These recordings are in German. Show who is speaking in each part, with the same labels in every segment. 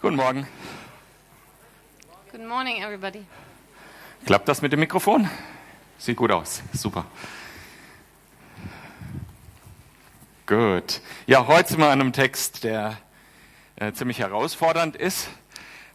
Speaker 1: Guten Morgen.
Speaker 2: Good morning, everybody.
Speaker 1: Klappt das mit dem Mikrofon? Sieht gut aus. Super. Gut. Ja, heute sind wir an einem Text, der äh, ziemlich herausfordernd ist.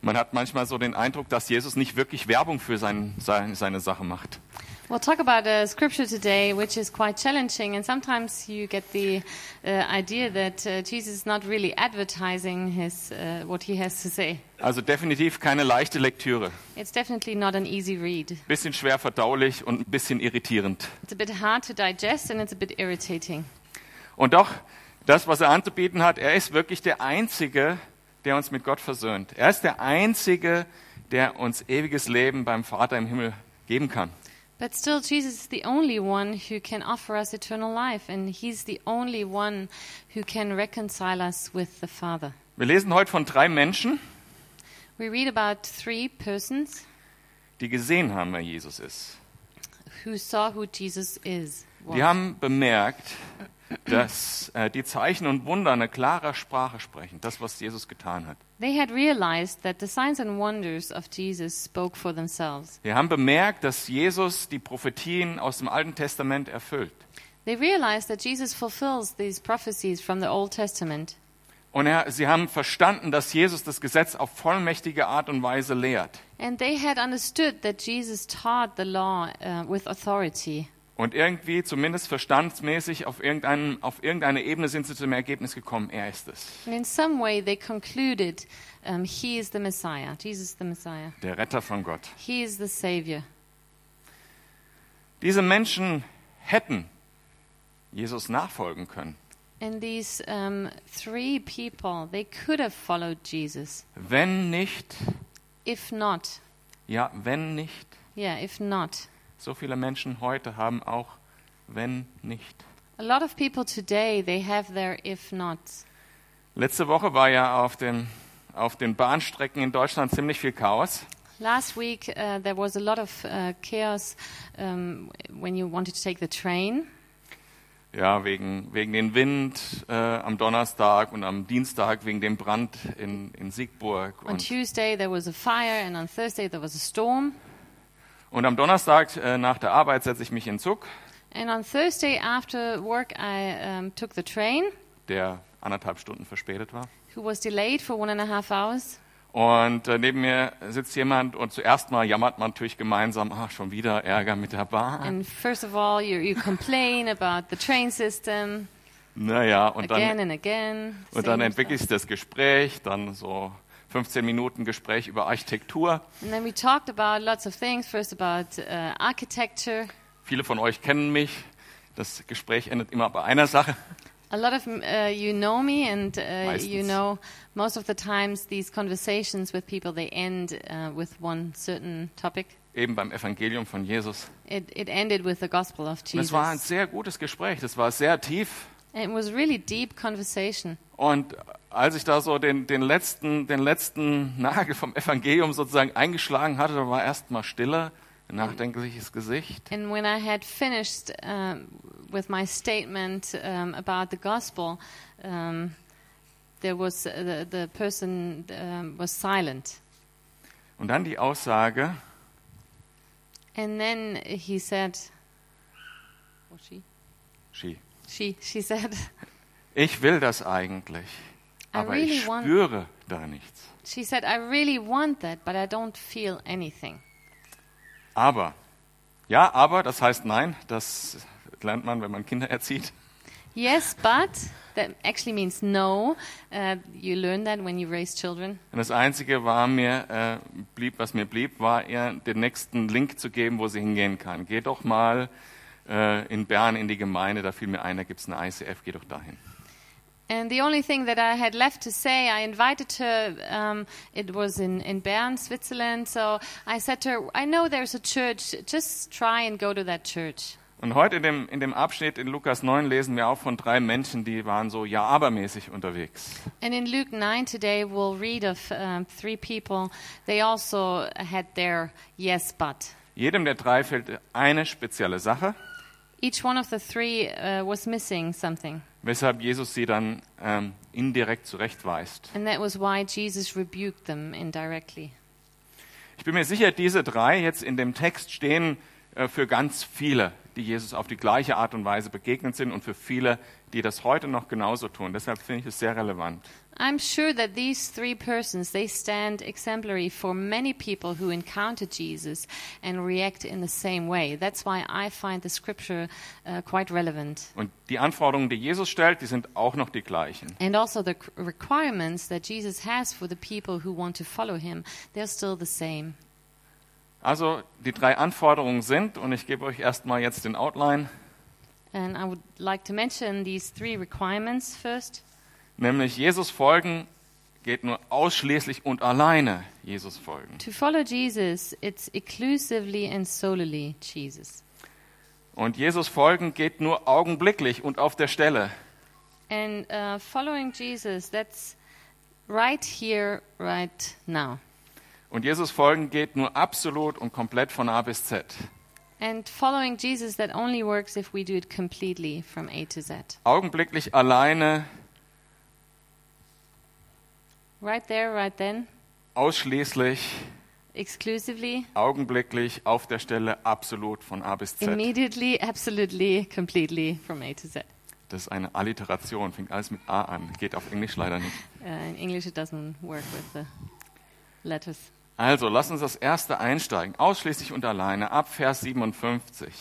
Speaker 1: Man hat manchmal so den Eindruck, dass Jesus nicht wirklich Werbung für sein, sein, seine Sache macht.
Speaker 2: We'll talk about a scripture today which is quite challenging, and sometimes you get the uh, idea that uh, Jesus is not really advertising his uh, what he has to say.
Speaker 1: Also definitiv keine leichte Lektüre.
Speaker 2: It's definitely not an easy read.
Speaker 1: Bisschen schwer verdaulich und ein bisschen irritierend.
Speaker 2: It's a bit hard to digest, and it's a bit irritating.
Speaker 1: Und doch, das, was er anzubieten hat, er ist wirklich der Einzige, der uns mit Gott versöhnt. Er ist der Einzige, der uns ewiges Leben beim Vater im Himmel geben kann.
Speaker 2: But still, Jesus is the only one who can offer us eternal life, and he's the only one who can reconcile us with the Father.
Speaker 1: Wir lesen heute von drei Menschen,
Speaker 2: We read about three persons
Speaker 1: die gesehen haben, wer Jesus ist.
Speaker 2: who saw who Jesus is.
Speaker 1: Die haben bemerkt, dass äh, die Zeichen und Wunder eine klare Sprache sprechen, das, was Jesus getan hat.
Speaker 2: They had realized that the signs and wonders of Jesus spoke for themselves.
Speaker 1: Die haben bemerkt, dass Jesus die Prophetien aus dem Alten Testament erfüllt.
Speaker 2: They realized that Jesus fulfills these prophecies from the Old Testament.
Speaker 1: Und er, sie haben verstanden, dass Jesus das Gesetz auf vollmächtige Art und Weise lehrt.
Speaker 2: And they had understood that Jesus taught the law uh, with authority.
Speaker 1: Und irgendwie, zumindest verstandsmäßig, auf, irgendeinem, auf irgendeine Ebene sind sie zum Ergebnis gekommen, er ist es.
Speaker 2: And in some way, they concluded um, He is the Messiah. Jesus is the Messiah.
Speaker 1: Der Retter von Gott.
Speaker 2: He is the Savior.
Speaker 1: Diese Menschen hätten Jesus nachfolgen können,
Speaker 2: And these um, three people, they could have followed Jesus.
Speaker 1: wenn nicht,
Speaker 2: If not,
Speaker 1: ja, wenn nicht,
Speaker 2: yeah, if not.
Speaker 1: so viele Menschen heute haben auch wenn nicht.
Speaker 2: A lot of people today, they have their if nots.
Speaker 1: Letzte Woche war ja auf den, auf den Bahnstrecken in Deutschland ziemlich viel Chaos.
Speaker 2: Last week uh, there was a lot of uh, chaos um, when you wanted to take the train
Speaker 1: Ja, wegen, wegen den Wind äh, am Donnerstag und am Dienstag wegen dem Brand in, in Siegburg.
Speaker 2: on
Speaker 1: Und,
Speaker 2: Tuesday. There was a fire, and on Thursday there was a storm.
Speaker 1: und am Donnerstag äh, nach der Arbeit setze ich mich in Zug,
Speaker 2: And on Thursday after work, I um, took the train,
Speaker 1: der anderthalb Stunden verspätet war.
Speaker 2: who was delayed for one and a half hours.
Speaker 1: Und äh, neben mir sitzt jemand und zuerst mal jammert man natürlich gemeinsam, ah, schon wieder Ärger mit der Bahn.
Speaker 2: And first of all, you, you complain about the train system
Speaker 1: Naja, und
Speaker 2: again
Speaker 1: dann,
Speaker 2: and again.
Speaker 1: und
Speaker 2: same
Speaker 1: dann
Speaker 2: stuff.
Speaker 1: entwickelt sich das Gespräch, dann so 15 Minuten Gespräch über Architektur.
Speaker 2: And then we talked about lots of things. First about uh, architecture.
Speaker 1: Viele von euch kennen mich. Das Gespräch endet immer bei einer Sache.
Speaker 2: A lot of uh, you know me, and uh, you
Speaker 1: Meistens.
Speaker 2: know most of the times these conversations with people they end uh, with one certain topic.
Speaker 1: eben beim Evangelium von Jesus.
Speaker 2: It, it ended with the gospel of
Speaker 1: Und
Speaker 2: Jesus.
Speaker 1: es war ein sehr gutes Gespräch, das war sehr tief.
Speaker 2: And it was really deep conversation.
Speaker 1: Und als ich da so den, den, letzten, den letzten Nagel vom Evangelium sozusagen eingeschlagen hatte, da war erstmal Stille, ein nachdenkliches Gesicht.
Speaker 2: And when I had finished um, with my statement um, about the gospel, um, there was uh, the, the person um, was silent,
Speaker 1: Und dann die Aussage,
Speaker 2: and then he said, or she,
Speaker 1: Schi,
Speaker 2: she, she said,
Speaker 1: ich will das eigentlich,
Speaker 2: I
Speaker 1: aber
Speaker 2: really
Speaker 1: ich
Speaker 2: want-
Speaker 1: spüre da nichts.
Speaker 2: She said, I really want that, but I don't feel anything.
Speaker 1: Aber, ja, aber, das heißt nein, das lernt man, wenn man Kinder erzieht.
Speaker 2: Yes, but that actually means no. Uh, you learn that when you raise children.
Speaker 1: Und das Einzige, war mir, äh, blieb, was mir blieb, war ihr den nächsten Link zu geben, wo sie hingehen kann. Geh doch mal äh, in Bern in die Gemeinde, da fiel mir ein, da gibt's eine ICF, geh doch dahin.
Speaker 2: And the only thing that I had left to say, I invited her, um, it was in, in Bern, Switzerland. So I said to her, I know there's a church, just try and go to that church.
Speaker 1: Und heute in dem, in dem Abschnitt in Lukas 9 lesen wir auch von drei Menschen, die waren so ja abermäßig unterwegs.
Speaker 2: And in Luke 9 today, we'll read of um, three people. They also had their yes, but.
Speaker 1: Jedem der drei fehlt eine spezielle Sache
Speaker 2: Each one of the three uh, was missing something.
Speaker 1: weshalb Jesus sie dann ähm, indirekt zurechtweist.
Speaker 2: And that was why Jesus rebuked them indirectly.
Speaker 1: Ich bin mir sicher, diese drei jetzt in dem Text stehen äh, für ganz viele, die Jesus auf die gleiche Art und Weise begegnet sind und für viele, die das heute noch genauso tun. Deshalb finde ich es sehr relevant.
Speaker 2: I'm sure that these three persons they stand exemplary for many people who encounter Jesus and react in the same way. That's why I find the scripture uh, quite relevant.
Speaker 1: Und die Anforderungen, die Jesus stellt, die sind auch noch die gleichen.
Speaker 2: And also the c- requirements that Jesus has for the people who want to follow him, they're still the same.
Speaker 1: Also die drei Anforderungen sind, und ich gebe euch erstmal jetzt den Outline,
Speaker 2: And I would like to mention these three requirements first.
Speaker 1: nämlich Jesus folgen geht nur ausschließlich und alleine Jesus folgen.
Speaker 2: To follow Jesus, it's exclusively and solely Jesus.
Speaker 1: Und Jesus folgen geht nur augenblicklich und auf der Stelle.
Speaker 2: And uh, following Jesus, that's right here, right now.
Speaker 1: Und Jesus folgen geht nur absolut und komplett von A bis Z.
Speaker 2: And following Jesus, that only works if we do it completely from A to Z.
Speaker 1: Augenblicklich alleine,
Speaker 2: Right there, right then,
Speaker 1: ausschließlich,
Speaker 2: exclusively,
Speaker 1: augenblicklich, auf der Stelle, absolut von A bis Z.
Speaker 2: immediately, absolutely, completely from A to Z.
Speaker 1: Das ist eine Alliteration, fängt alles mit A an, geht auf Englisch leider nicht.
Speaker 2: Uh, in English, it doesn't work with the letters.
Speaker 1: Also, lass uns das erste einsteigen. Ausschließlich und alleine, ab Vers 57.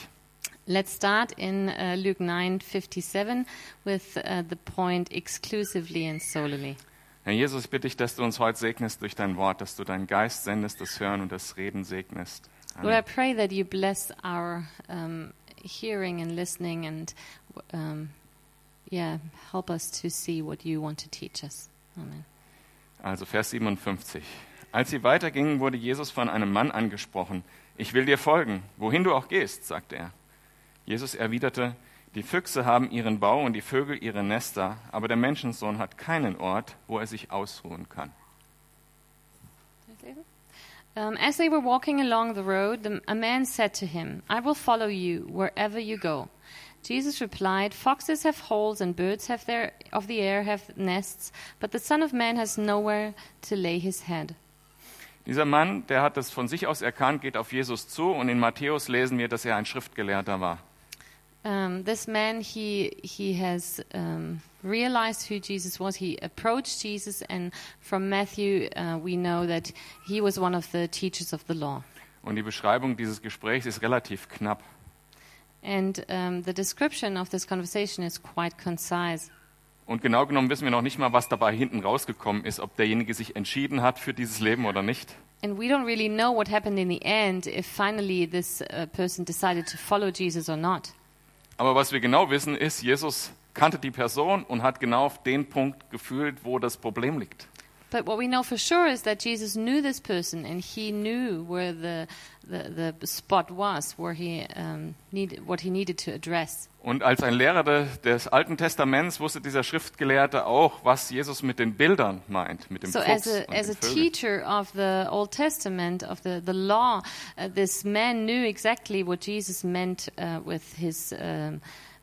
Speaker 2: Let's start in uh, Luke 9:57 with uh, the point exclusively and solely.
Speaker 1: Herr Jesus, ich bitte dich, dass du uns heute segnest durch dein Wort, dass du deinen Geist sendest, das Hören und das Reden segnest.
Speaker 2: Lord, I pray that you bless our um, hearing and listening, and um, yeah, help us to see what you want to teach us. Amen.
Speaker 1: Also Vers 57. Als sie weitergingen, wurde Jesus von einem Mann angesprochen. Ich will dir folgen, wohin du auch gehst, sagte er. Jesus erwiderte, die Füchse haben ihren Bau und die Vögel ihre Nester, aber der Menschensohn hat keinen Ort, wo er sich ausruhen kann.
Speaker 2: Um, as they were walking along the road, the, a man said to him, I will follow you wherever you go. Jesus replied, Foxes have holes and birds have their, of the air have nests, but the Son of Man has nowhere to lay his head.
Speaker 1: Dieser Mann, der hat das von sich aus erkannt, geht auf Jesus zu und in Matthäus lesen wir, dass er ein Schriftgelehrter war.
Speaker 2: Um, this man, he, he has um, realized who Jesus was. He approached Jesus, and from Matthew, uh, we know that he was one of the teachers of the law.
Speaker 1: Und die Beschreibung dieses Gesprächs ist relativ knapp.
Speaker 2: And um, the description of this conversation is quite concise.
Speaker 1: Und genau genommen wissen wir noch nicht mal, was dabei hinten rausgekommen ist, ob derjenige sich entschieden hat für dieses Leben oder nicht.
Speaker 2: And we don't really know what happened in the end, if finally this uh, person decided to follow Jesus or not.
Speaker 1: Aber was wir genau wissen ist, Jesus kannte die Person und hat genau auf den Punkt gefühlt, wo das Problem liegt.
Speaker 2: But what we know for sure is that Jesus knew this person, and he knew where the, the, the spot was, where he um, needed what he needed to address.
Speaker 1: Und als ein Lehrer de, des Alten Testaments wusste dieser Schriftgelehrte auch, was Jesus mit den Bildern meint, mit dem
Speaker 2: So,
Speaker 1: Fuchs
Speaker 2: as a,
Speaker 1: und
Speaker 2: as a
Speaker 1: den Vögeln.
Speaker 2: teacher of the Old Testament, of the, the law, uh, this man knew exactly what Jesus meant uh, with his um,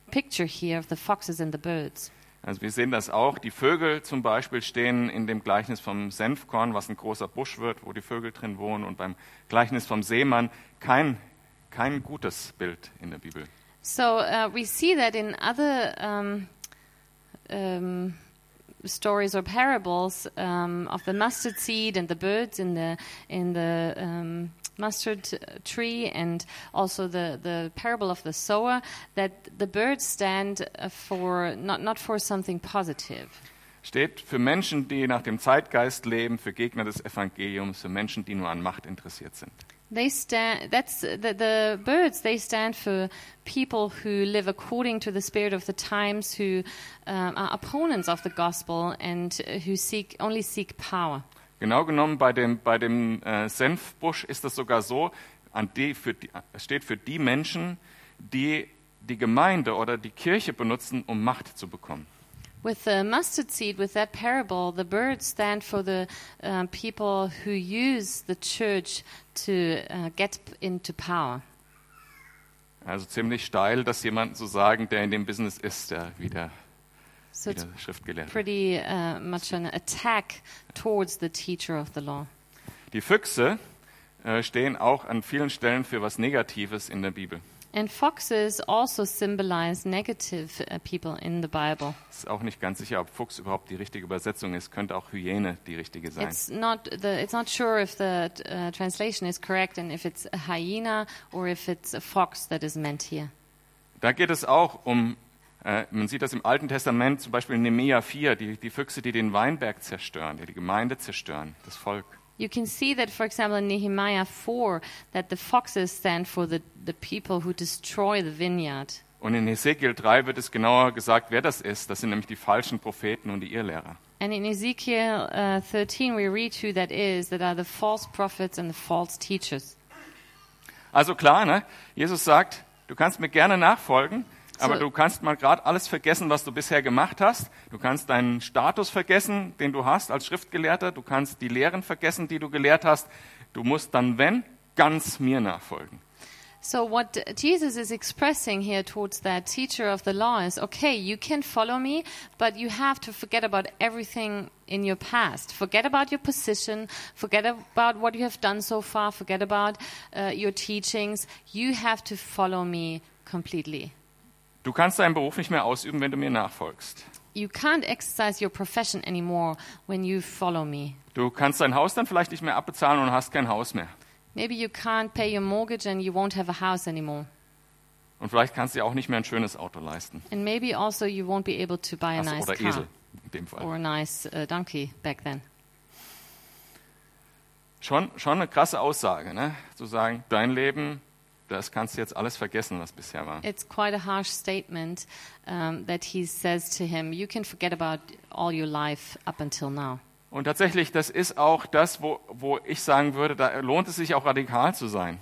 Speaker 2: picture here of the foxes and the birds.
Speaker 1: Also wir sehen das auch. Die Vögel zum Beispiel stehen in dem Gleichnis vom Senfkorn, was ein großer Busch wird, wo die Vögel drin wohnen. Und beim Gleichnis vom Seemann kein, kein gutes Bild in der Bibel.
Speaker 2: So, uh, we see that in other um, um, stories or parables um, of the mustard seed and the birds in the, in the um, mustard uh, tree, and also the, the parable of the sower, that the birds stand uh, for not, not for something positive.
Speaker 1: Steht für Menschen, die nach dem Zeitgeist leben, für Gegner des Evangeliums, für Menschen, die nur an Macht interessiert sind.
Speaker 2: They stand. That's the, the birds. They stand for people who live according to the spirit of the times, who um, are opponents of the gospel and uh, who seek only seek power.
Speaker 1: Genau genommen bei dem, bei dem äh, Senfbusch ist es sogar so, an die, für die, äh, es steht für die Menschen, die die Gemeinde oder die Kirche benutzen, um Macht zu bekommen.
Speaker 2: With the mustard seed, with that parable, the birds stand for the um, people who use the church to uh, get p- into power.
Speaker 1: Also ziemlich steil, das jemandem zu sagen, der in dem Business ist, der wie der wie
Speaker 2: So it's
Speaker 1: der Schriftgelehrte.
Speaker 2: pretty uh, much an attack towards the teacher of the law.
Speaker 1: Die Füchse äh, stehen auch an vielen Stellen für was Negatives in der Bibel.
Speaker 2: And foxes also symbolize negative uh, people in the Bible.
Speaker 1: Ist auch nicht ganz sicher, ob Fuchs überhaupt die richtige Übersetzung ist. Könnte auch Hyäne die richtige sein.
Speaker 2: It's not the it's not sure if the uh, translation is correct and if it's a hyena or if it's a fox that is meant here.
Speaker 1: Da geht es auch um, äh, man sieht das im Alten Testament, zum Beispiel in Nehemia 4, die, die Füchse, die den Weinberg zerstören, die die Gemeinde zerstören, das Volk.
Speaker 2: You can see that, for example, in Nehemiah 4, that the foxes stand for the, the people who destroy the vineyard.
Speaker 1: Und in Hesekiel 3 wird es genauer gesagt, wer das ist. Das sind nämlich die falschen Propheten und die Irrlehrer.
Speaker 2: And in Ezekiel uh, 13, we read who that is, that are the false prophets and the false teachers.
Speaker 1: Also klar, ne? Jesus sagt, du kannst mir gerne nachfolgen, aber
Speaker 2: So-
Speaker 1: du kannst mal gerade alles vergessen, was du bisher gemacht hast. Du kannst deinen Status vergessen, den du hast als Schriftgelehrter. Du kannst die Lehren vergessen, die du gelehrt hast. Du musst dann, wenn, ganz mir nachfolgen.
Speaker 2: So, what Jesus is expressing here towards that teacher of the law is okay, you can follow me, but you have to forget about everything in your past. Forget about your position, forget about what you have done so far, forget about uh, your teachings. You have to follow me completely.
Speaker 1: Du kannst deinen Beruf nicht mehr ausüben, wenn du mir nachfolgst.
Speaker 2: You can't exercise your profession anymore when you follow me.
Speaker 1: Du kannst dein Haus dann vielleicht nicht mehr abbezahlen und hast kein Haus mehr.
Speaker 2: Maybe you can't pay your mortgage and you won't have a house anymore.
Speaker 1: Und vielleicht kannst du dir auch nicht mehr ein schönes Auto leisten.
Speaker 2: And maybe also you won't be able to buy a
Speaker 1: Ach so,
Speaker 2: nice
Speaker 1: oder
Speaker 2: car
Speaker 1: Esel in dem Fall.
Speaker 2: or a nice uh, donkey back then.
Speaker 1: Schon, schon eine krasse Aussage, ne? zu sagen, dein Leben, das kannst du jetzt alles vergessen, was bisher war.
Speaker 2: It's quite a harsh statement um, that he says to him, You can forget about all your life up until now.
Speaker 1: Und tatsächlich, das ist auch das, wo, wo ich sagen würde, da lohnt es sich auch radikal zu sein.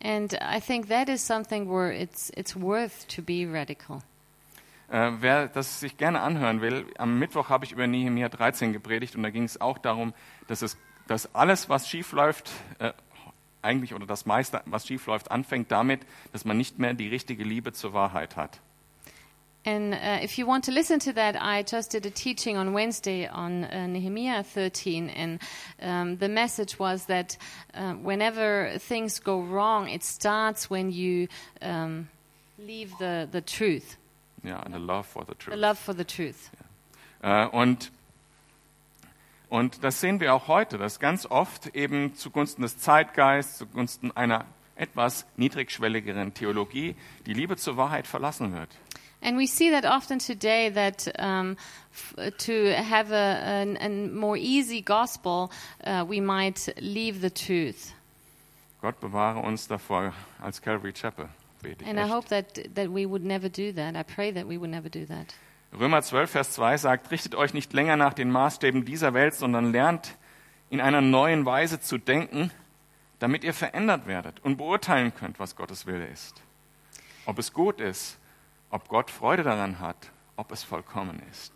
Speaker 2: And I think that is something where it's, it's worth to be radical.
Speaker 1: Äh, wer das sich gerne anhören will, am Mittwoch habe ich über Nehemiah 13 gepredigt und da ging es auch darum, dass, es, dass alles, was schief läuft, äh, eigentlich oder das meiste, was schief läuft, anfängt damit, dass man nicht mehr die richtige Liebe zur Wahrheit hat.
Speaker 2: And uh, if you want to listen to that, I just did a teaching on Wednesday on uh, Nehemiah 13, and um, the message was that uh, whenever things go wrong, it starts when you um, leave the, the truth,
Speaker 1: Ja, the love for the
Speaker 2: the
Speaker 1: truth.
Speaker 2: love for the truth.
Speaker 1: Äh, und, und das sehen wir auch heute, dass ganz oft eben zugunsten des Zeitgeists, zugunsten einer etwas niedrigschwelligeren Theologie die Liebe zur Wahrheit verlassen wird.
Speaker 2: And we see that often today that um, f- to have a, an, an more easy gospel, uh, we might leave the truth.
Speaker 1: Gott bewahre uns davor als Calvary Chapel. Bete ich
Speaker 2: And I
Speaker 1: echt.
Speaker 2: hope that, that we would never do that. I pray that we would never do that.
Speaker 1: Römer 12, Vers 2 sagt, richtet euch nicht länger nach den Maßstäben dieser Welt, sondern lernt in einer neuen Weise zu denken, damit ihr verändert werdet und beurteilen könnt, was Gottes Wille ist. Ob es gut ist, ob Gott Freude daran hat, ob es vollkommen ist.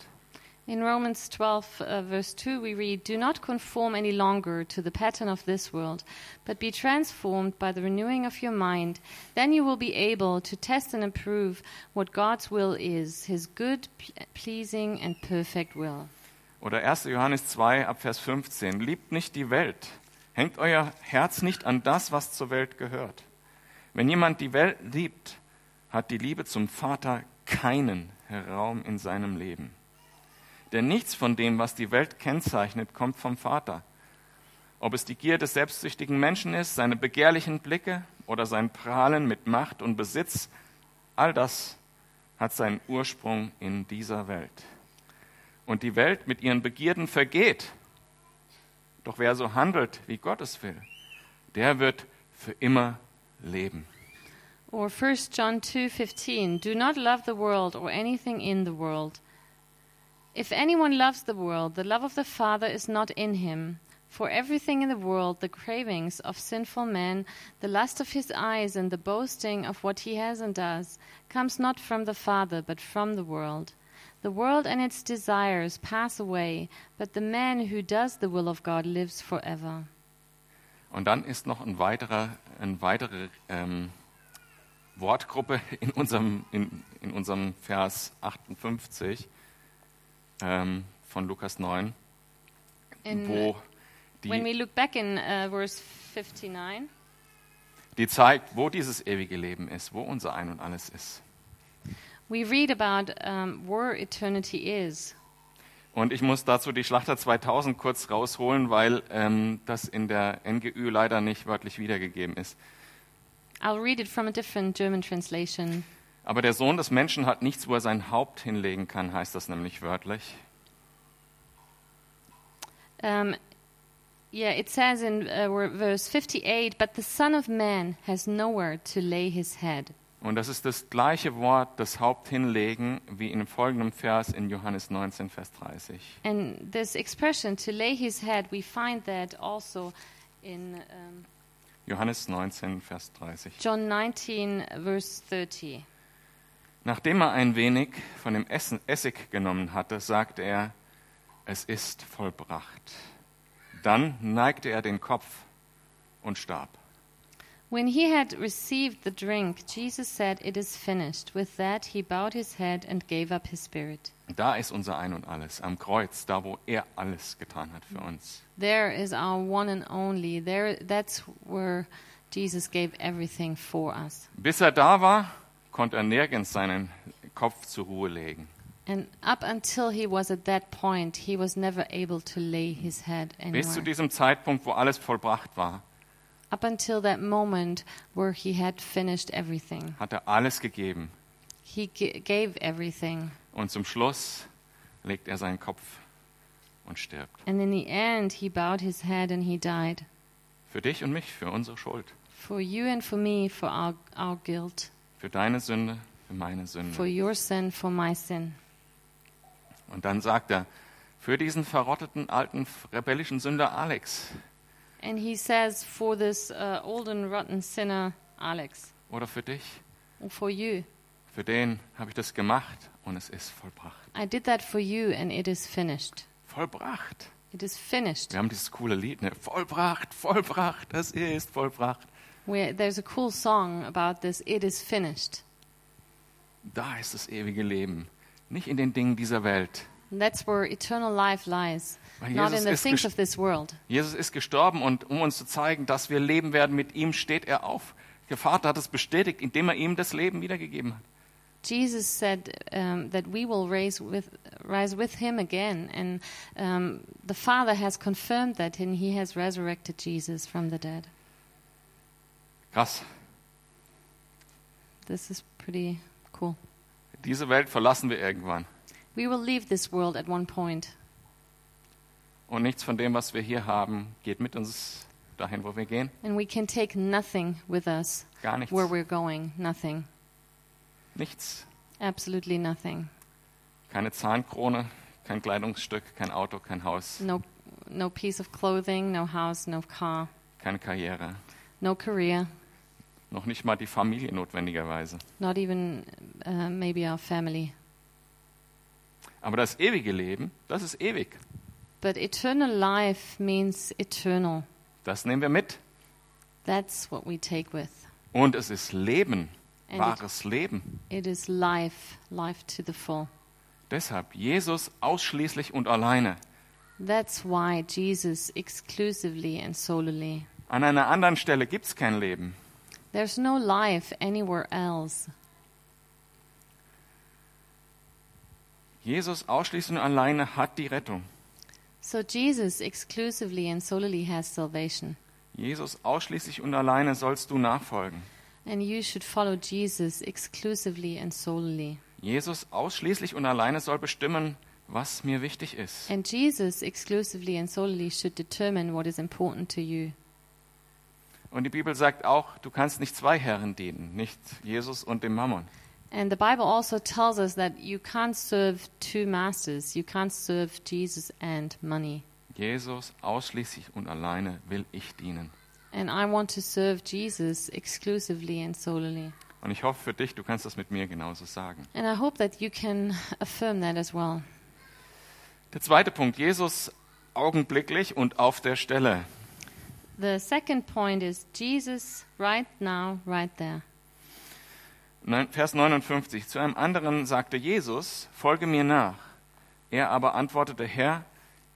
Speaker 2: In Romans 12, uh, verse 2, we read, Do not conform any longer to the pattern of this world, but be transformed by the renewing of your mind. Then you will be able to test and approve what God's will is, his good, p- pleasing, and perfect will.
Speaker 1: Oder 1. Johannes 2, ab Vers 15, liebt nicht die Welt, hängt euer Herz nicht an das, was zur Welt gehört. Wenn jemand die Welt liebt, hat die Liebe zum Vater keinen Raum in seinem Leben. Denn nichts von dem, was die Welt kennzeichnet, kommt vom Vater. Ob es die Gier des selbstsüchtigen Menschen ist, seine begehrlichen Blicke oder sein Prahlen mit Macht und Besitz, all das hat seinen Ursprung in dieser Welt. Und die Welt mit ihren Begierden vergeht. Doch wer so handelt, wie Gott es will, der wird für immer leben.
Speaker 2: Or 1 John 2:15, Do not love the world or anything in the world. If anyone loves the world, the love of the Father is not in him. For everything in the world, the cravings of sinful man, the lust of his eyes, and the boasting of what he has and does, comes not from the Father, but from the world. The world and its desires pass away, but the man who does the will of God lives forever.
Speaker 1: Und dann ist noch ein weiterer, eine weitere ähm, Wortgruppe in unserem, in, in unserem Vers 58, ähm, von Lukas 9,
Speaker 2: In,
Speaker 1: wo
Speaker 2: when
Speaker 1: die,
Speaker 2: we look back in uh, verse 59,
Speaker 1: die zeigt, wo dieses ewige Leben ist, wo unser Ein und Alles ist.
Speaker 2: we read about um, where eternity is.
Speaker 1: Und ich muss dazu die Schlachter 2000 kurz rausholen, weil ähm, das in der NGÜ leider nicht wörtlich wiedergegeben ist.
Speaker 2: I'll read it from a different German translation.
Speaker 1: Aber der Sohn des Menschen hat nichts, wo er sein Haupt hinlegen kann, heißt das nämlich wörtlich.
Speaker 2: Um, yeah, it says in uh, wor- verse 58 But the Son of Man has nowhere to lay his head.
Speaker 1: Und das ist das gleiche Wort, das Haupt hinlegen, wie in folgendem Vers in Johannes 19, Vers 30.
Speaker 2: And this expression, to lay his head, we find that also in um,
Speaker 1: Johannes 19, Vers 30.
Speaker 2: John 19, verse 30.
Speaker 1: Nachdem er ein wenig von dem Essen, Essig genommen hatte, sagte er, es ist vollbracht. Dann neigte er den Kopf und starb.
Speaker 2: When he had received the drink, Jesus said, It is finished. With that, he bowed his head and gave up his spirit.
Speaker 1: Da ist unser Ein und Alles, am Kreuz, da wo er alles getan hat für uns.
Speaker 2: There is our one and only. There, that's where Jesus gave everything for us.
Speaker 1: Bis er da war, konnte er nirgends seinen Kopf zur Ruhe legen.
Speaker 2: And up until he was at that point, he was never able to lay his head
Speaker 1: Bis zu
Speaker 2: anywhere.
Speaker 1: diesem Zeitpunkt, wo alles vollbracht war,
Speaker 2: Up until that moment where he had finished everything,
Speaker 1: hat er alles gegeben.
Speaker 2: he g- gave everything.
Speaker 1: Und zum Schluss legt er seinen Kopf und stirbt.
Speaker 2: And in the end, he bowed his head and he died.
Speaker 1: Für dich und mich, für unsere Schuld.
Speaker 2: For you and for me, for our, our guilt,
Speaker 1: Für deine Sünde, für meine
Speaker 2: for
Speaker 1: Sünde.
Speaker 2: your sin, for my sin.
Speaker 1: Und dann sagt er, für diesen verrotteten, alten, rebellischen Sünder Alex
Speaker 2: And he says, for this uh, old and rotten sinner, Alex,
Speaker 1: oder für dich,
Speaker 2: or for you,
Speaker 1: für den habe ich das gemacht und es ist vollbracht.
Speaker 2: I did that for you and it is finished.
Speaker 1: Vollbracht.
Speaker 2: It is finished.
Speaker 1: Wir haben dieses coole Lied, ne? Vollbracht, vollbracht, das ist vollbracht.
Speaker 2: Where there's a cool song about this, It is finished.
Speaker 1: Da ist das ewige Leben. Nicht in den Dingen dieser Welt.
Speaker 2: And that's where eternal life lies,
Speaker 1: Weil
Speaker 2: not
Speaker 1: Jesus
Speaker 2: in the
Speaker 1: ist
Speaker 2: things
Speaker 1: gest-
Speaker 2: of this world.
Speaker 1: Jesus ist gestorben und um uns zu zeigen, dass wir leben werden mit ihm, steht er auf. Der Vater hat es bestätigt, indem er ihm das Leben wiedergegeben hat.
Speaker 2: Jesus said um, that we will raise with, rise with him again. And um, the Father has confirmed that, and he has resurrected Jesus from the dead.
Speaker 1: Krass.
Speaker 2: This is pretty cool.
Speaker 1: Diese Welt verlassen wir irgendwann.
Speaker 2: We will leave this world at one point,
Speaker 1: Und nichts von dem, was wir hier haben, geht mit uns dahin, wo wir gehen.
Speaker 2: and we can take nothing with us
Speaker 1: Gar nichts.
Speaker 2: where we're going. Nothing.
Speaker 1: Nichts.
Speaker 2: Absolutely nothing.
Speaker 1: Keine Zahnkrone, kein Kleidungsstück, kein Auto, kein Haus,
Speaker 2: No, no piece of clothing, no house, no car,
Speaker 1: keine Karriere.
Speaker 2: no career,
Speaker 1: Noch nicht mal die Familie notwendigerweise.
Speaker 2: not even uh, maybe our family.
Speaker 1: Aber das ewige Leben, das ist ewig.
Speaker 2: But eternal life means eternal.
Speaker 1: Das nehmen wir mit.
Speaker 2: That's what we take with.
Speaker 1: Und es ist Leben,
Speaker 2: And it-
Speaker 1: wahres Leben.
Speaker 2: It is life, life to the full.
Speaker 1: Deshalb Jesus ausschließlich und alleine.
Speaker 2: That's why Jesus exclusively and solely.
Speaker 1: An einer anderen Stelle gibt es kein Leben.
Speaker 2: There's no life anywhere else.
Speaker 1: Jesus ausschließlich und alleine hat die Rettung.
Speaker 2: So Jesus exclusively and solely has salvation.
Speaker 1: Jesus ausschließlich und alleine sollst du nachfolgen.
Speaker 2: And you should follow Jesus exclusively and solely.
Speaker 1: Jesus ausschließlich und alleine soll bestimmen, was mir wichtig ist.
Speaker 2: And Jesus exclusively and solely should determine what is important to you.
Speaker 1: Und die Bibel sagt auch, du kannst nicht zwei Herren dienen, nicht Jesus und dem Mammon.
Speaker 2: And the Bible also tells us that you can't serve two masters. You can't serve Jesus and money.
Speaker 1: Jesus ausschließlich und alleine will ich dienen.
Speaker 2: And I want to serve Jesus exclusively and solely.
Speaker 1: Und ich hoffe für dich, du kannst das mit mir genauso sagen.
Speaker 2: And I hope that you can affirm that as well.
Speaker 1: Der zweite Punkt, Jesus augenblicklich und auf der Stelle.
Speaker 2: The second point is Jesus right now, right there.
Speaker 1: Nein, Vers 59. Zu einem anderen sagte Jesus, folge mir nach. Er aber antwortete, Herr,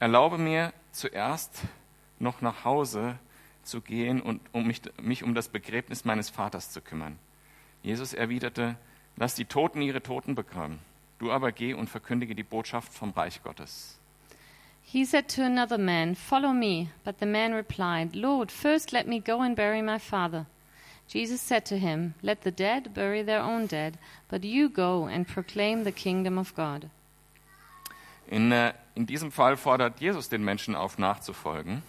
Speaker 1: erlaube mir zuerst noch nach Hause zu gehen und um mich, mich um das Begräbnis meines Vaters zu kümmern. Jesus erwiderte, lass die Toten ihre Toten begraben. Du aber geh und verkündige die Botschaft vom Reich Gottes.
Speaker 2: He said to another man, Follow me. But the man replied, Lord, first let me go and bury my father. Jesus said to him, Let the dead bury their own dead, but you go and proclaim the kingdom of God.
Speaker 1: In, äh, in diesem Fall fordert Jesus den Menschen auf, nachzufolgen.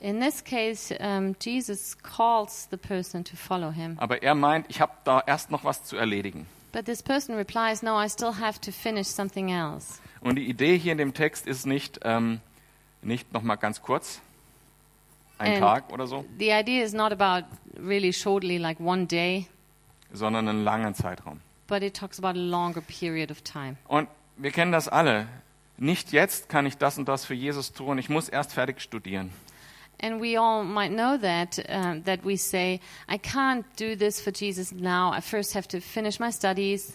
Speaker 2: In this case, um, Jesus calls the person to follow him.
Speaker 1: Aber er meint, ich habe da erst noch was zu erledigen.
Speaker 2: But this person replies, No, I still have to finish something else.
Speaker 1: Und die Idee hier in dem Text ist nicht, ähm, nicht nochmal ganz kurz, ein
Speaker 2: Ähm.
Speaker 1: Tag oder so,
Speaker 2: The idea is not about really shortly, like one day,
Speaker 1: sondern einen langen Zeitraum.
Speaker 2: but it talks about a longer period of time.
Speaker 1: Und wir kennen das alle. Nicht jetzt kann ich das und das für Jesus tun, ich muss erst fertig studieren.
Speaker 2: And we all might know that um, that we say, "I can't do this for Jesus now. I first have to finish my studies."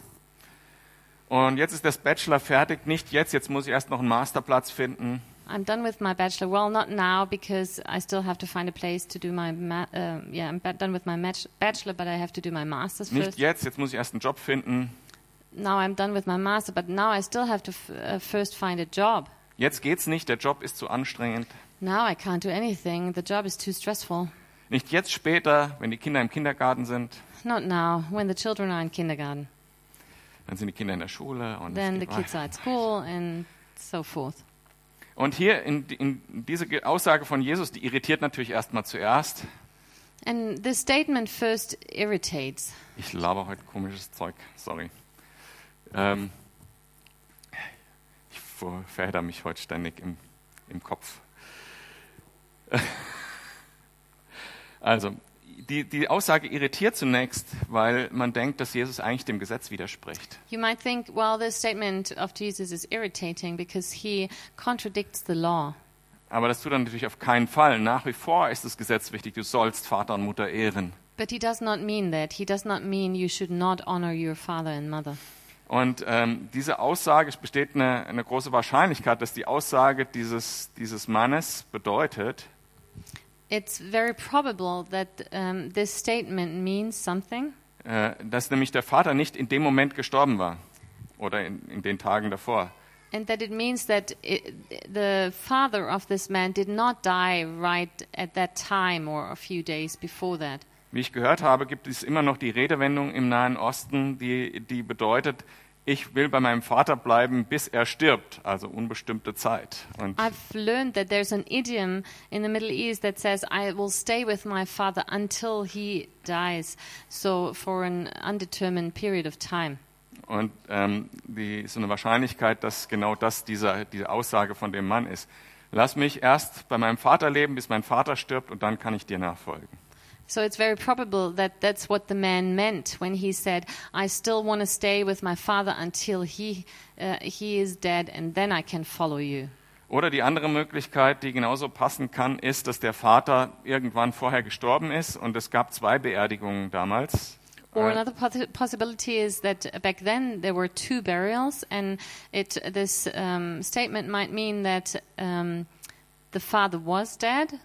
Speaker 1: Und jetzt ist das Bachelor fertig, nicht jetzt, jetzt muss ich erst noch einen Masterplatz finden.
Speaker 2: I'm done with my bachelor. Well, not now because I still have to find a place to do my. Ma- uh, yeah, I'm ba- done with my match- bachelor, but I have to do my master's
Speaker 1: Nicht
Speaker 2: first.
Speaker 1: jetzt, jetzt muss ich erst einen Job finden.
Speaker 2: Now I'm done with my master, but now I still have to f- uh, first find a job.
Speaker 1: Jetzt geht's nicht, der Job ist zu anstrengend.
Speaker 2: Now I can't do anything. The job is too stressful.
Speaker 1: Nicht jetzt später, wenn die Kinder im Kindergarten sind,
Speaker 2: Not now, when the children are in kindergarten.
Speaker 1: dann sind die Kinder in der Schule und es
Speaker 2: Then the
Speaker 1: geht
Speaker 2: kids
Speaker 1: weiter.
Speaker 2: are at school and so forth.
Speaker 1: Und hier in, in diese Ge- Aussage von Jesus, die irritiert natürlich erstmal zuerst.
Speaker 2: And this statement first irritates.
Speaker 1: Ich laber heute komisches Zeug, sorry. Ähm, ich ver- verhedder mich heute ständig im, im Kopf. Also, die, die Aussage irritiert zunächst, weil man denkt, dass Jesus eigentlich dem Gesetz widerspricht.
Speaker 2: You might think, well, this statement of Jesus is irritating because he contradicts the law.
Speaker 1: Aber das tut er natürlich auf keinen Fall. Nach wie vor ist das Gesetz wichtig. Du sollst Vater und Mutter ehren.
Speaker 2: But he does not mean that. He does not mean you should not honor your father and mother.
Speaker 1: Und ähm, diese Aussage, es besteht eine, eine große Wahrscheinlichkeit, dass die Aussage dieses, dieses Mannes bedeutet,
Speaker 2: It's very probable that um, this statement means something
Speaker 1: äh, dass nämlich der Vater nicht in dem Moment gestorben war oder in, in den Tagen davor,
Speaker 2: and that it means that i the father of this man did not die right at that time or a few days before that.
Speaker 1: Wie ich gehört habe, gibt es immer noch die Redewendung im Nahen Osten, die, die bedeutet, ich will bei meinem Vater bleiben, bis er stirbt, also unbestimmte Zeit. Und
Speaker 2: I've learned that there's an idiom in the Middle East that says, I will stay with my father until he dies, so for an undetermined period of time.
Speaker 1: Und ähm, die ist eine Wahrscheinlichkeit, dass genau das dieser, diese Aussage von dem Mann ist. Lass mich erst bei meinem Vater leben, bis mein Vater stirbt und dann kann ich dir nachfolgen.
Speaker 2: So it's very probable that that's what the man meant when he said, I still want to stay with my father until he, uh, he is dead, and then I can follow you.
Speaker 1: Oder die andere Möglichkeit, die genauso passen kann, ist, dass der Vater irgendwann vorher gestorben ist und es gab zwei Beerdigungen damals.
Speaker 2: Or
Speaker 1: Äh,
Speaker 2: another possi possibility is that back then there were two burials, and it this um, statement might mean that um, the father was dead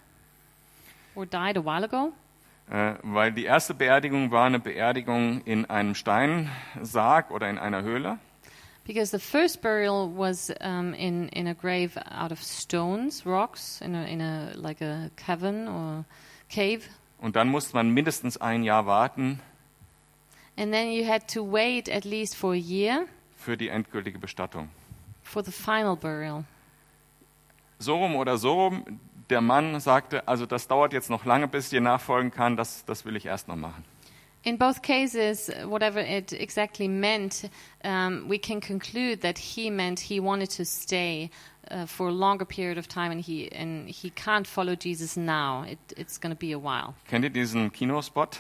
Speaker 2: or died a while ago,
Speaker 1: Äh, weil die erste Beerdigung war eine Beerdigung in einem Steinsarg oder in einer Höhle.
Speaker 2: because the first burial was um, in in a grave out of stones, rocks, in a in a like a cavern or cave,
Speaker 1: Und dann musste man mindestens ein Jahr warten
Speaker 2: and then you had to wait at least for a year
Speaker 1: für die endgültige Bestattung.
Speaker 2: for the final burial.
Speaker 1: so rum oder so rum. Der Mann sagte, also das dauert jetzt noch lange, bis ich dir nachfolgen kann, das, das will ich erst noch machen.
Speaker 2: In both cases, whatever it exactly meant, um, we can conclude that he meant he wanted to stay uh, for a longer period of time, and he and he can't follow Jesus now. It, it's going to be a while.
Speaker 1: Kennt ihr diesen Kinospot?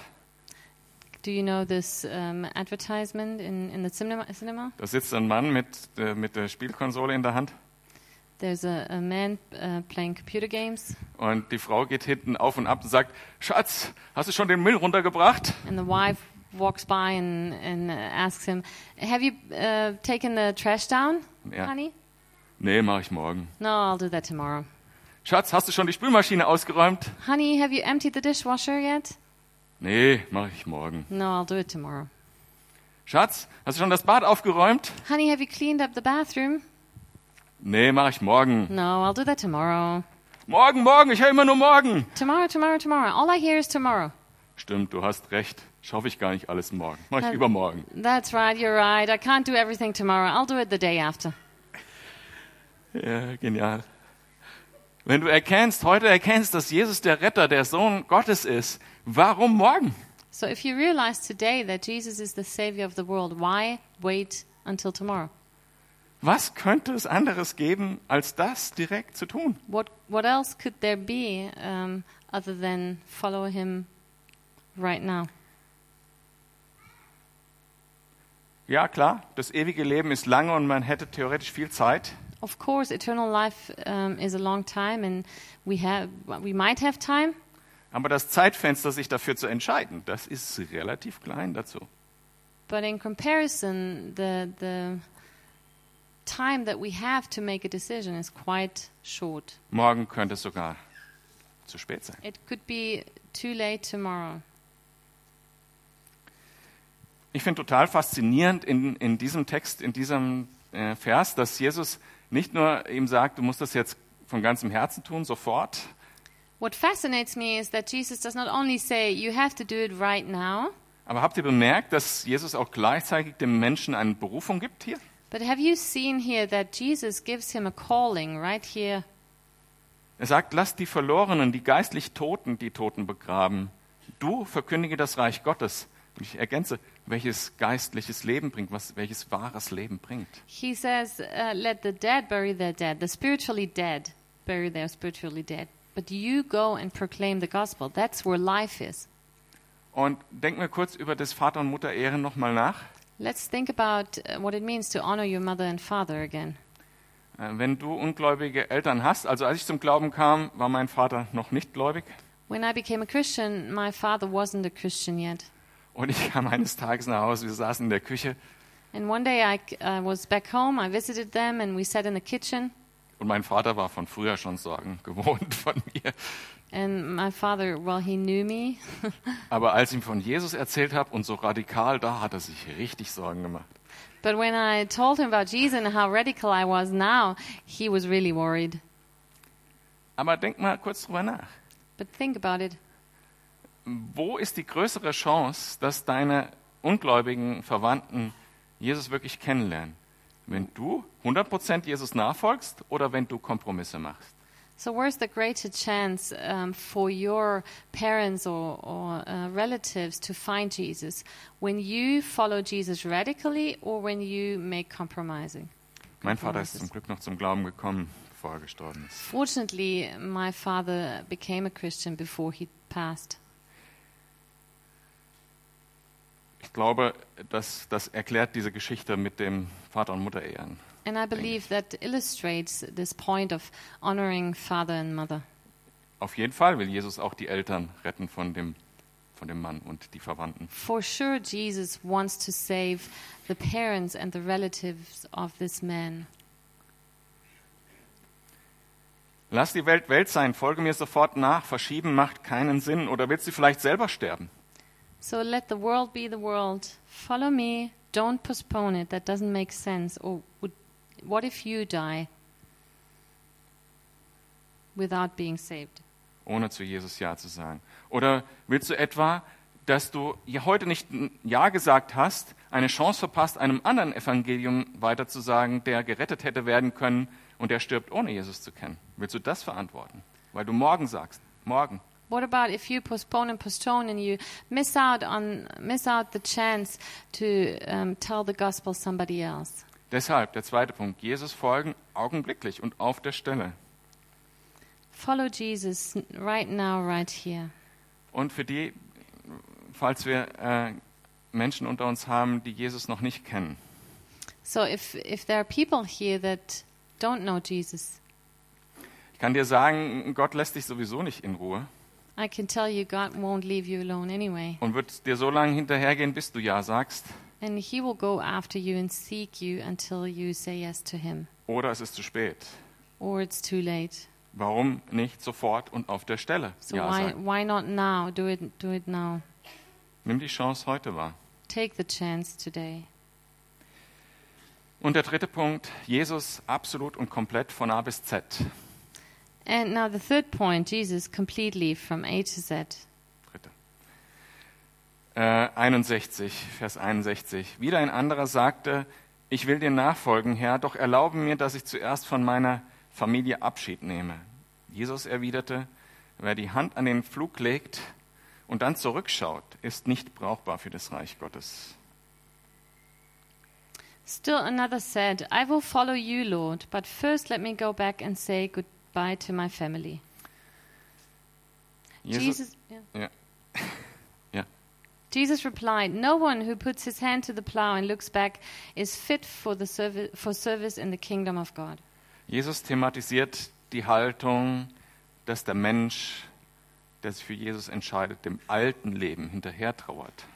Speaker 2: Do you know this um, advertisement in, in the cinema, cinema?
Speaker 1: Da sitzt ein Mann mit, äh, mit der Spielkonsole in der Hand
Speaker 2: There's a, a man uh, playing computer games,
Speaker 1: und die Frau geht hinten auf und ab und sagt, Schatz, hast du schon den Müll runtergebracht?
Speaker 2: and the wife walks by and, and uh, asks him, "Have you uh, taken the trash down,
Speaker 1: Yeah.
Speaker 2: honey?"
Speaker 1: Nee, mache ich morgen.
Speaker 2: No, I'll do that tomorrow.
Speaker 1: Schatz, hast du schon die Spülmaschine ausgeräumt?
Speaker 2: Honey, have you emptied the dishwasher yet?
Speaker 1: Nee, mache ich morgen.
Speaker 2: No, I'll do it tomorrow.
Speaker 1: Schatz, hast du schon das Bad aufgeräumt?
Speaker 2: Honey, have you cleaned up the bathroom?
Speaker 1: Nee, mache ich morgen.
Speaker 2: No, I'll do that tomorrow.
Speaker 1: Morgen, morgen, ich höre immer nur morgen.
Speaker 2: Tomorrow, tomorrow, tomorrow. All I hear is tomorrow.
Speaker 1: Stimmt, du hast recht. Schaffe ich gar nicht alles morgen. Mache ich
Speaker 2: Dann-
Speaker 1: übermorgen.
Speaker 2: That's right, you're right. I can't do everything tomorrow. I'll do it the day after.
Speaker 1: Ja, genial. Wenn du erkennst, heute erkennst, dass Jesus der Retter, der Sohn Gottes ist, warum morgen?
Speaker 2: So if you realize today that Jesus is the savior of the world, why wait until tomorrow?
Speaker 1: Was könnte es anderes geben, als das direkt zu tun?
Speaker 2: What what else could there be um, other than follow him right now?
Speaker 1: Ja, klar, das ewige Leben ist lange und man hätte theoretisch viel Zeit.
Speaker 2: Of course, eternal life um, is a long time, and we have we might have time,
Speaker 1: Aber das Zeitfenster, sich dafür zu entscheiden, das ist relativ klein dazu.
Speaker 2: but in comparison, the the time that we have to make a decision is quite short.
Speaker 1: Morgen könnte es sogar zu spät sein.
Speaker 2: It could be too late tomorrow.
Speaker 1: Ich finde total faszinierend in, in diesem Text, in diesem äh, Vers, dass Jesus nicht nur ihm sagt, du musst das jetzt von ganzem Herzen tun, sofort,
Speaker 2: What fascinates me is that Jesus does not only say you have to do it right now,
Speaker 1: aber habt ihr bemerkt, dass Jesus auch gleichzeitig dem Menschen eine Berufung gibt hier?
Speaker 2: but have you seen here that Jesus gives him a calling right here?
Speaker 1: Er sagt, lass die Verlorenen, die geistlich Toten, die Toten begraben. Du verkündige das Reich Gottes. Und ich ergänze, welches geistliches Leben bringt, was, welches wahres Leben bringt.
Speaker 2: He says, uh, "Let the dead bury their dead; the spiritually dead bury their spiritually dead." But you go and proclaim the gospel. That's where life is.
Speaker 1: Und denken wir kurz über das Vater- und Mutter-Ehren nochmal nach.
Speaker 2: Let's think about uh, what it means to honor your mother and father again.
Speaker 1: Äh, Wenn du ungläubige Eltern hast, also als ich zum Glauben kam, war mein Vater noch nicht gläubig.
Speaker 2: When I became a Christian, my father wasn't a Christian yet.
Speaker 1: Und ich kam eines Tages nach Hause, wir saßen in der Küche
Speaker 2: And one day I c- I was back home, I visited them, and we sat in the kitchen.
Speaker 1: und mein Vater war von früher schon Sorgen gewohnt von mir.
Speaker 2: And my father, well, he knew me,
Speaker 1: Aber als ich ihm von Jesus erzählt habe und so radikal, da hat er sich richtig Sorgen gemacht.
Speaker 2: but when I told him about Jesus and how radical I was now, he was really worried.
Speaker 1: Aber denk mal kurz drüber nach.
Speaker 2: But think about it.
Speaker 1: Wo ist die größere Chance, dass deine ungläubigen Verwandten Jesus wirklich kennenlernen? Wenn du 100% Jesus nachfolgst oder wenn du Kompromisse machst?
Speaker 2: So, where's the greater chance um, for your parents or, or uh, relatives to find Jesus? When you follow Jesus radically or when you make compromising?
Speaker 1: Mein Vater ist
Speaker 2: Kompromisses.
Speaker 1: zum Glück noch zum Glauben gekommen, bevor er gestorben ist.
Speaker 2: Fortunately, my father became a Christian before he passed.
Speaker 1: Ich glaube, das, das erklärt diese Geschichte mit dem Vater- und Mutter-Ehren.
Speaker 2: And I believe that illustrates this point of honoring father and mother.
Speaker 1: Auf jeden Fall will Jesus auch die Eltern retten von dem, von dem Mann und die Verwandten.
Speaker 2: For sure, Jesus wants to save the parents and the relatives of this man.
Speaker 1: Lass die Welt Welt sein, folge mir sofort nach, verschieben macht keinen Sinn. Oder willst du vielleicht selber sterben?
Speaker 2: So let the world be the world. Follow me. Don't postpone it. That doesn't make sense. Or would, what if you die without being saved?
Speaker 1: ohne zu Jesus Ja zu sagen? Oder willst du etwa, dass du ja heute nicht ein Ja gesagt hast, eine Chance verpasst, einem anderen Evangelium weiterzusagen, der gerettet hätte werden können und der stirbt, ohne Jesus zu kennen? Willst du das verantworten? Weil du morgen sagst, morgen.
Speaker 2: What about if you postpone and postpone and you miss out on miss out the chance to um, tell the gospel somebody else?
Speaker 1: Deshalb der zweite Punkt, Jesus folgen augenblicklich und auf der Stelle.
Speaker 2: Follow Jesus n- right now, right here.
Speaker 1: Und für die, falls wir äh, Menschen unter uns haben, die Jesus noch nicht kennen,
Speaker 2: So if if there are people here that don't know Jesus,
Speaker 1: ich kann dir sagen, Gott lässt dich sowieso nicht in Ruhe.
Speaker 2: I can tell you God won't leave you alone anyway.
Speaker 1: und wird dir so lange hinterhergehen, bis du Ja sagst.
Speaker 2: And he will go after you and seek you until you say yes to him.
Speaker 1: oder es ist zu spät.
Speaker 2: or it's too late.
Speaker 1: Warum nicht sofort und auf der Stelle
Speaker 2: So
Speaker 1: Ja
Speaker 2: why
Speaker 1: sagen?
Speaker 2: why not now? Do it do it now.
Speaker 1: Nimm die Chance heute wahr.
Speaker 2: Take the chance today.
Speaker 1: Und der dritte Punkt, Jesus absolut und komplett von A bis Z.
Speaker 2: And now the third point, Jesus completely from A to Z.
Speaker 1: Dritte. Äh, 61, Vers 61. Wieder ein anderer sagte, ich will dir nachfolgen, Herr, doch erlaube mir, dass ich zuerst von meiner Familie Abschied nehme. Jesus erwiderte, wer die Hand an den Flug legt und dann zurückschaut, ist nicht brauchbar für das Reich Gottes.
Speaker 2: Still another said, I will follow you, Lord, but first let me go back and say goodbye to my family. Jesus, yeah.
Speaker 1: Ja. Ja.
Speaker 2: Jesus replied, No one who puts his hand to the plow and looks back is fit for, the servi- for service in the kingdom of God.
Speaker 1: Jesus thematisiert die Haltung, dass der Mensch, der sich für Jesus entscheidet, dem alten Leben hinterhertrauert.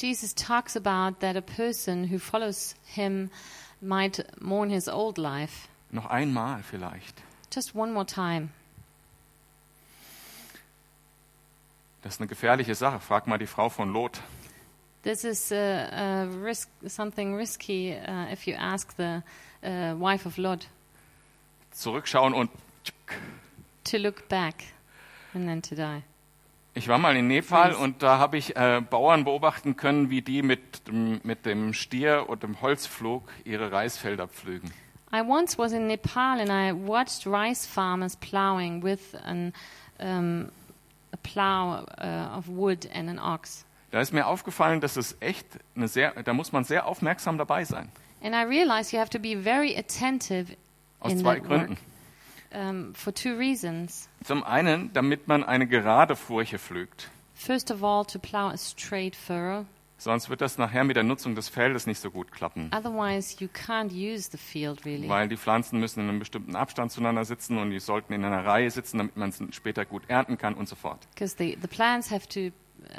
Speaker 2: Jesus talks about that a person who follows him might mourn his old life.
Speaker 1: Noch einmal vielleicht.
Speaker 2: Just one more time.
Speaker 1: Das ist eine gefährliche Sache. Frag mal die Frau von Lot.
Speaker 2: This is uh, uh, risk, something risky uh, if you ask the uh, wife of Lot
Speaker 1: Zurückschauen und tschick.
Speaker 2: to look back and then to die.
Speaker 1: ich war mal in Nepal
Speaker 2: Please.
Speaker 1: und da habe ich äh, Bauern beobachten können, wie die mit, dem- mit dem Stier und dem Holzflug ihre Reisfelder pflügen.
Speaker 2: I once was in Nepal and I watched rice farmers plowing with an, um, a plow uh, of wood and an ox.
Speaker 1: Da ist mir aufgefallen, dass es echt eine sehr, da muss man sehr aufmerksam dabei sein.
Speaker 2: And I realized you have to be very attentive
Speaker 1: Aus
Speaker 2: in
Speaker 1: zwei
Speaker 2: that
Speaker 1: Gründen.
Speaker 2: work um, for two reasons.
Speaker 1: Zum einen, damit man eine gerade Furche pflügt.
Speaker 2: First of all, to plow a straight furrow.
Speaker 1: Sonst wird das nachher mit der Nutzung des Feldes nicht so gut klappen.
Speaker 2: Otherwise, you can't use the field really.
Speaker 1: Weil die Pflanzen müssen in einem bestimmten Abstand zueinander sitzen und die sollten in einer Reihe sitzen, damit man es später gut ernten kann und so fort.
Speaker 2: Because the, the plants have to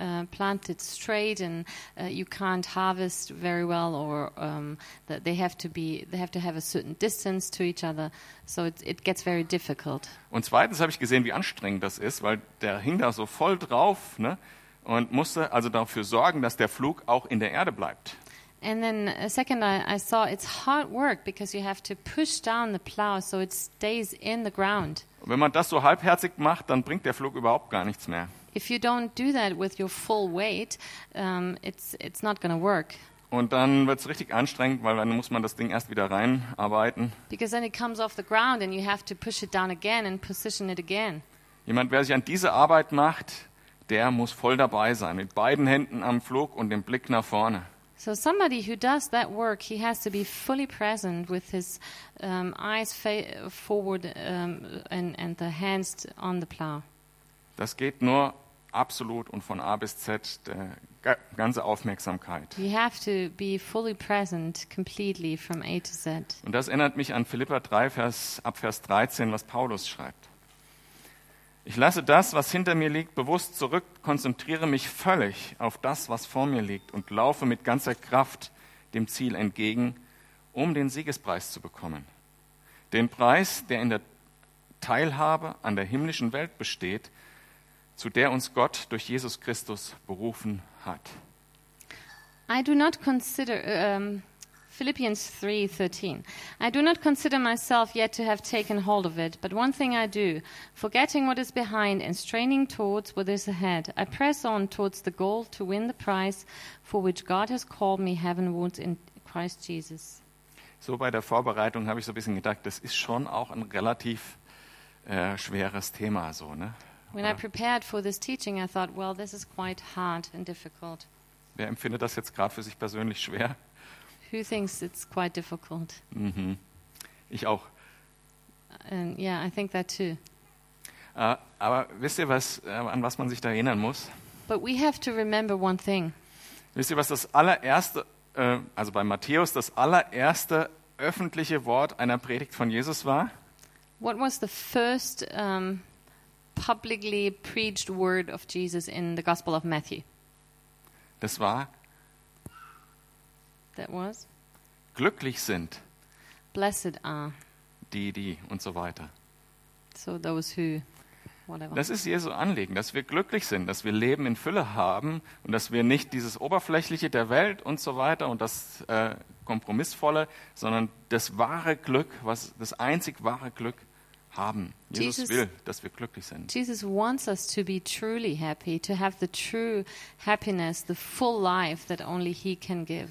Speaker 2: uh, plant it straight, and uh, you can't harvest very well, or um, that they have to be they have to have a certain distance to each other, so it, it gets very difficult.
Speaker 1: Und zweitens habe ich gesehen, wie anstrengend das ist, weil der hing da so voll drauf ne? und musste also dafür sorgen, dass der Flug auch in der Erde bleibt.
Speaker 2: And then uh, second, I, I saw it's hard work because you have to push down the plow so it stays in the ground.
Speaker 1: Und wenn man das so halbherzig macht, dann bringt der Flug überhaupt gar nichts mehr.
Speaker 2: If you don't do that with your full weight, um, it's it's not going to work
Speaker 1: Und dann wird es richtig anstrengend, weil dann muss man das Ding erst wieder reinarbeiten.
Speaker 2: because then it comes off the ground and you have to push it down again and position it again.
Speaker 1: Jemand, wer sich an diese Arbeit macht, der muss voll dabei sein, mit beiden Händen am Flug und dem Blick nach vorne.
Speaker 2: So somebody who does that work, he has to be fully present with his um, eyes fa- forward um, and, and the hands on the plow.
Speaker 1: Das geht nur absolut und von A bis Z, der ga- ganze Aufmerksamkeit.
Speaker 2: You have to be fully present completely from A to Z.
Speaker 1: Und das erinnert mich an Philippa 3, Vers, ab Vers 13, was Paulus schreibt. Ich lasse das, was hinter mir liegt, bewusst zurück, konzentriere mich völlig auf das, was vor mir liegt und laufe mit ganzer Kraft dem Ziel entgegen, um den Siegespreis zu bekommen. Den Preis, der in der Teilhabe an der himmlischen Welt besteht, zu der uns Gott durch Jesus Christus berufen hat.
Speaker 2: I do not consider um, Philippians 3:13. I do not consider myself yet to have taken hold of it, but one thing I do, forgetting what is behind and straining towards what is ahead, I press on towards the goal to win the prize for which God has called me heavenwards in Christ Jesus.
Speaker 1: So bei der Vorbereitung habe ich so ein bisschen gedacht, das ist schon auch ein relativ äh, schweres Thema so, ne?
Speaker 2: When I prepared for this teaching, I thought, well, this is quite hard and difficult.
Speaker 1: Wer empfindet das jetzt gerade für sich persönlich schwer?
Speaker 2: Who thinks it's quite difficult?
Speaker 1: Ich auch.
Speaker 2: And yeah, I think that too.
Speaker 1: Äh, aber wisst ihr, was, äh, an was man sich da erinnern muss?
Speaker 2: But we have to remember one thing.
Speaker 1: Wisst ihr, was das allererste, äh, also bei Matthäus, das allererste öffentliche Wort einer Predigt von Jesus war?
Speaker 2: What was the first um, publicly preached word of Jesus in the Gospel of Matthew?
Speaker 1: Das war,
Speaker 2: That was
Speaker 1: glücklich sind
Speaker 2: Blessed are.
Speaker 1: die, die und so weiter.
Speaker 2: So those who, whatever.
Speaker 1: Das ist Jesu Anliegen, dass wir glücklich sind, dass wir Leben in Fülle haben und dass wir nicht dieses Oberflächliche der Welt und so weiter und das äh, Kompromissvolle, sondern das wahre Glück, was das einzig wahre Glück haben. Jesus,
Speaker 2: Jesus-
Speaker 1: will, dass wir glücklich sind.
Speaker 2: Jesus wants us to be truly happy, to have the true happiness, the full life that only He can give.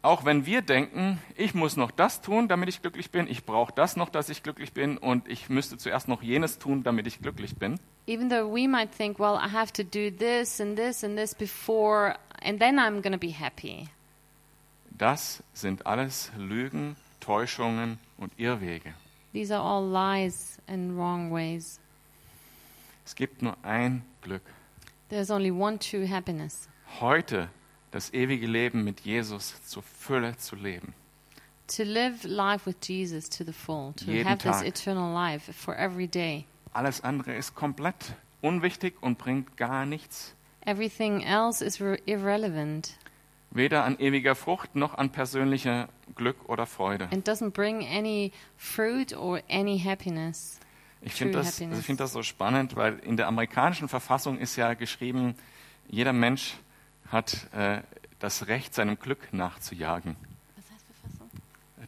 Speaker 1: Auch wenn wir denken, ich muss noch das tun, damit ich glücklich bin, ich brauche das noch, dass ich glücklich bin und ich müsste zuerst noch jenes tun, damit ich glücklich bin.
Speaker 2: Even though we might think, well, I have to do this and this and this before, and then I'm going to be happy.
Speaker 1: Das sind alles Lügen, Täuschungen und Irrwege.
Speaker 2: These are all lies and wrong ways.
Speaker 1: Es gibt nur ein Glück.
Speaker 2: There's only one true happiness
Speaker 1: Heute das ewige Leben mit Jesus zur Fülle zu leben.
Speaker 2: to live life with Jesus to the full, to
Speaker 1: Jeden
Speaker 2: have this
Speaker 1: Tag.
Speaker 2: eternal life for every day.
Speaker 1: Alles andere ist komplett unwichtig und bringt gar nichts.
Speaker 2: Everything else is re- irrelevant
Speaker 1: Weder an ewiger Frucht noch an persönlicher Glück oder Freude.
Speaker 2: and doesn't bring any fruit or any happiness.
Speaker 1: Ich finde
Speaker 2: True
Speaker 1: das,
Speaker 2: happiness.
Speaker 1: ich find das so spannend, weil in der amerikanischen Verfassung ist ja geschrieben, jeder Mensch hat äh, das Recht, seinem Glück nachzujagen.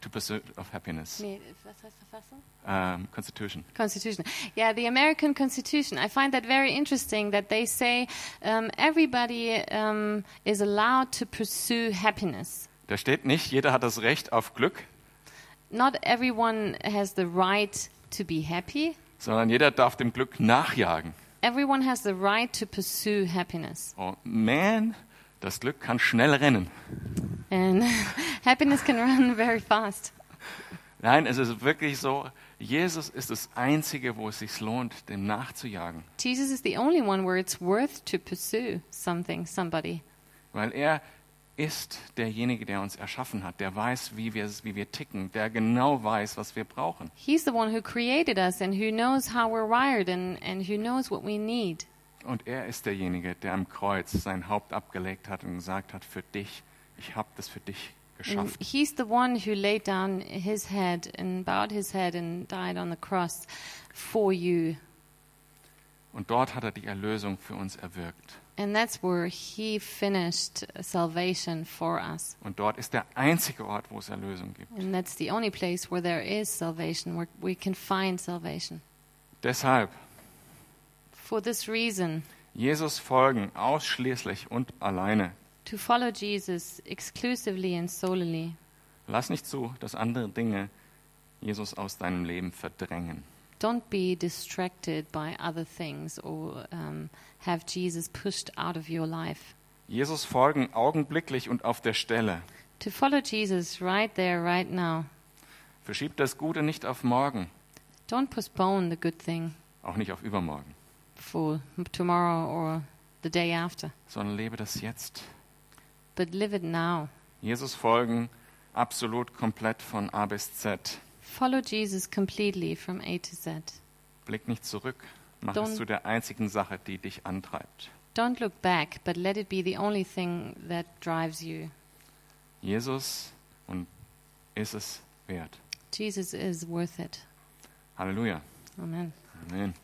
Speaker 1: To Pursuit of Happiness. Ähm, Constitution.
Speaker 2: Constitution. Yeah, the American Constitution. I find that very interesting that they say um, everybody um, is allowed to pursue happiness.
Speaker 1: Da steht nicht, jeder hat das Recht auf Glück,
Speaker 2: Not everyone has the right to be happy.
Speaker 1: sondern jeder darf dem Glück nachjagen.
Speaker 2: Everyone has the right to pursue happiness.
Speaker 1: Oh man, das Glück kann schnell rennen.
Speaker 2: And happiness can run very fast.
Speaker 1: Nein, es ist wirklich so, Jesus ist das Einzige, wo es sich lohnt, dem nachzujagen.
Speaker 2: Jesus is the only one where it's worth to pursue something, somebody.
Speaker 1: Weil er ist derjenige, der uns erschaffen hat, der weiß, wie wir, wie wir ticken, der genau weiß, was wir brauchen.
Speaker 2: He's the one who created us and who knows how we're wired and, and who knows what we need.
Speaker 1: Und er ist derjenige, der am Kreuz sein Haupt abgelegt hat und gesagt hat, für dich, ich habe das für dich
Speaker 2: And
Speaker 1: geschafft.
Speaker 2: he's the one who laid down his head and bowed his head and died on the cross for you.
Speaker 1: Und dort hat er die Erlösung für uns erwirkt.
Speaker 2: And that's where he finished salvation for us.
Speaker 1: Und dort ist der einzige Ort, wo es Erlösung gibt.
Speaker 2: And that's the only place where there is salvation, where we can find salvation.
Speaker 1: Deshalb
Speaker 2: For this reason,
Speaker 1: Jesus folgen ausschließlich und alleine.
Speaker 2: to follow Jesus exclusively and solely,
Speaker 1: Lass nicht zu, dass andere Dinge Jesus aus deinem Leben verdrängen.
Speaker 2: don't be distracted by other things or um, have Jesus pushed out of your life.
Speaker 1: Jesus folgen augenblicklich und auf der Stelle.
Speaker 2: To follow Jesus right there, right now.
Speaker 1: Verschieb das Gute nicht auf morgen,
Speaker 2: Don't postpone the good thing
Speaker 1: auch nicht auf übermorgen,
Speaker 2: for tomorrow or the day after,
Speaker 1: sondern lebe das jetzt.
Speaker 2: but live it now.
Speaker 1: Jesus folgen absolut komplett von A bis Z.
Speaker 2: Follow Jesus completely from A to Z.
Speaker 1: Blick nicht zurück. Mach
Speaker 2: Don't-
Speaker 1: es zu der einzigen Sache, die dich antreibt.
Speaker 2: Don't look back, but let it be the only thing that drives you.
Speaker 1: Jesus und ist es wert.
Speaker 2: Jesus is worth it.
Speaker 1: Halleluja.
Speaker 2: Amen.
Speaker 1: Amen.